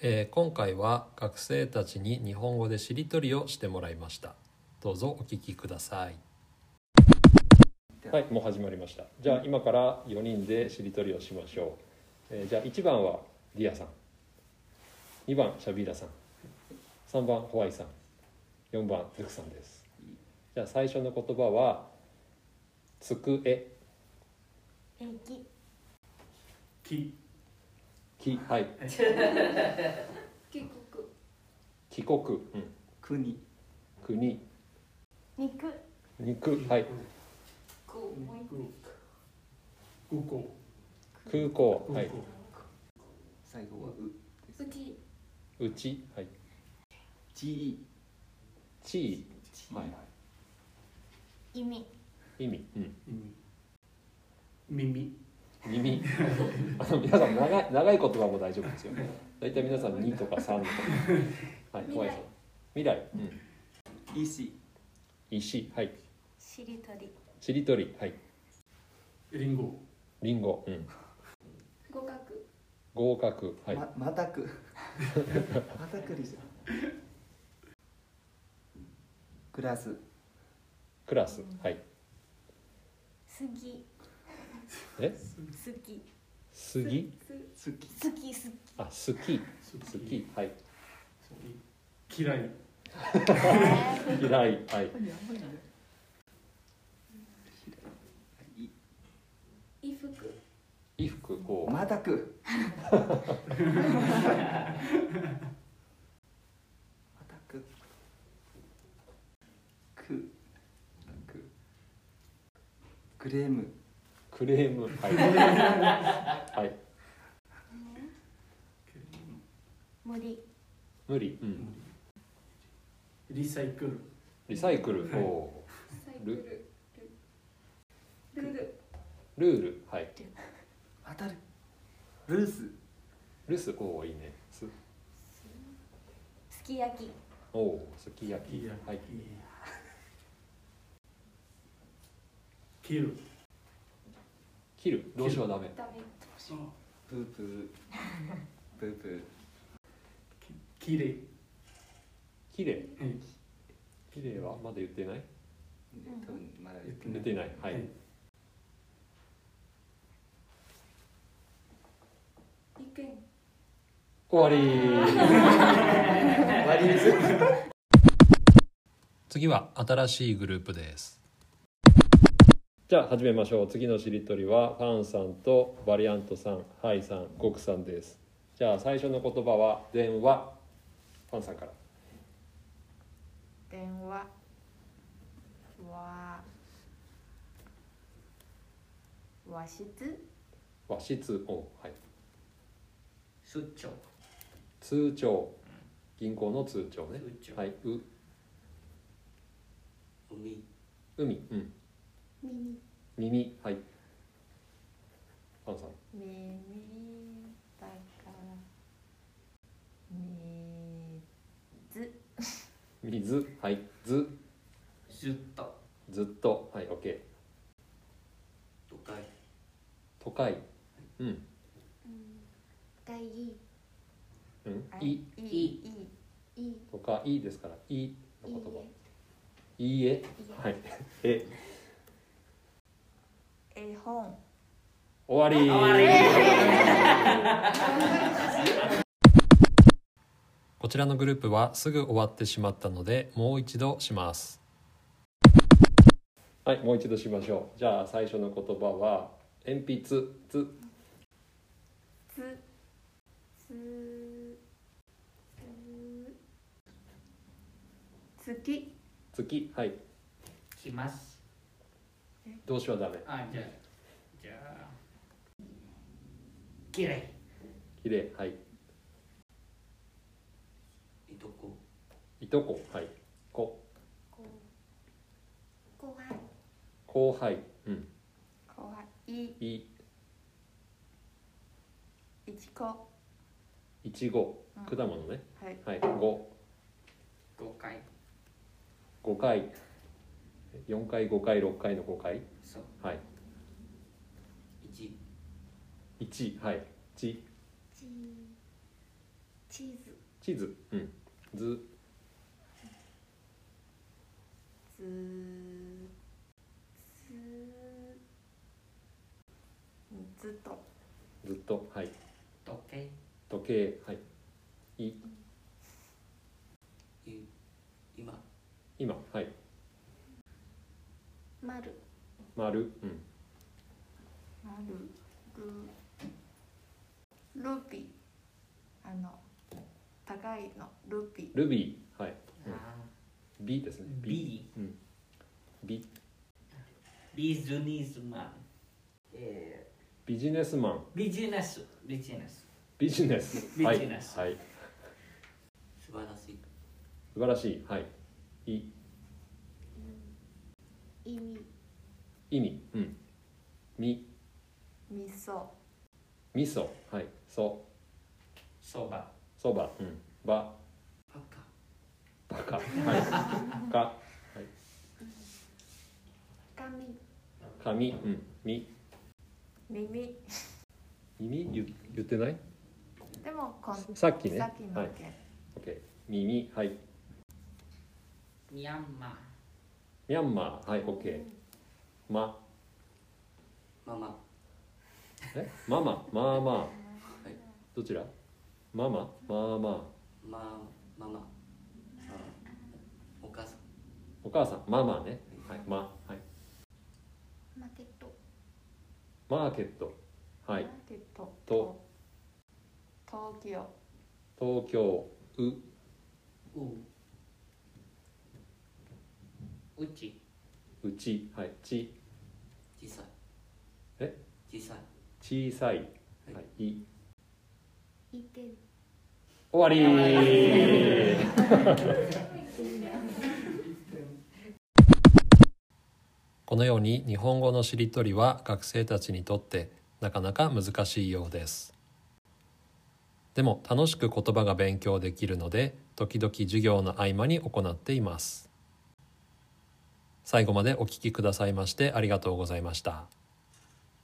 えー今回は学生たちに日本語でしりとりをしてもらいましたどうぞお聞きくださいはいもう始まりましたじゃあ今から4人でしりとりをしましょう、えーじゃあ1番はディアさん2番シャビーラさん3番ホワイさん4番ズクさんですじゃあ最初の言葉は「机」きき「き」はい帰国「帰国」うん国「国」肉「肉」はいこもう一空空港「空港」は空い港最後はう個うち「うち」はいち「地ち位」はいは意味い意味、うん耳耳耳あの皆さん長い長い言葉も大丈夫ですよ大体皆さん2とか3とかはい未来怖いさん未来、うん、いし石はいしりとりしりとりはいリンゴりんご、うん、語学合格はい、ままたく またくりじゃんクラスクラスはい好きえ好き杉好好きき好あ好き好きはい好き嫌いき嫌いはいい 衣服衣服を またくまたくくくクレームクレームはい はい森無理、うん、リサイクルリサイクルをサイルルルルルルールはいまたるルースルスおーいいねすすき焼きおおすき焼きいやはい切る切る動詞はダメダメブーブーブー ブーきれい綺麗うん綺麗はまだ言ってない多分まだ言って出てないはい、はい意見終わり ない終わりにする次は新しいグループですじゃあ始めましょう次のしりとりはファンさんとバリアントさんハイさんゴクさんですじゃあ最初の言葉は電話ファンさんから電話わ和室和室をはい出張通帳銀行の通帳ね出張、はいう海海うん耳耳はいファンさん耳だからみず水はいずずっとずっとはい OK 都会都会うん大いうんあいいいいいいいとかいいですからいいのえ言葉いいえはいえ絵本終わり こちらのグループはすぐ終わってしまったのでもう一度しますはいもう一度しましょうじゃあ最初の言葉は鉛筆つつつつ月月はい来ます動詞はダメあじゃあじゃあ嫌い綺麗はいいとこいとこはいここ後輩後輩うん後輩いいいちこいちごうん果物ねはいはいご5回5回4回5回6回の5回そうはい1 1はいちちちチーズチーズ、うん、ずずーずずっとずっとはい時計時計はいいい今今はい丸丸うんなるぐルピーあの高いのルピールビーはい、うんあビーですねービビーうんビービジネスマンえビジネスマンービジネスビジネスビジネスビジネスはい、はい、素晴らしい素晴らしいはいい意味意味うんみ味噌味噌はいそそばそばうんばバカばかはいか紙髪うんみ耳耳言言ってないでもこんささっきねっきのはいやつオッケー耳はいミャンマミャンマーはいオッケーまーママえママまあまあはいどちらママまあまあまママあお母さんお母さんママねはいまはいマーケットマーケットはマーいケットと東京東京うううちうちはいち小さいえ小さい小さいはいい意見終わり このように日本語のしりとりは学生たちにとってなかなか難しいようですでも楽しく言葉が勉強できるので時々授業の合間に行っています最後までお聞きくださいましてありがとうございました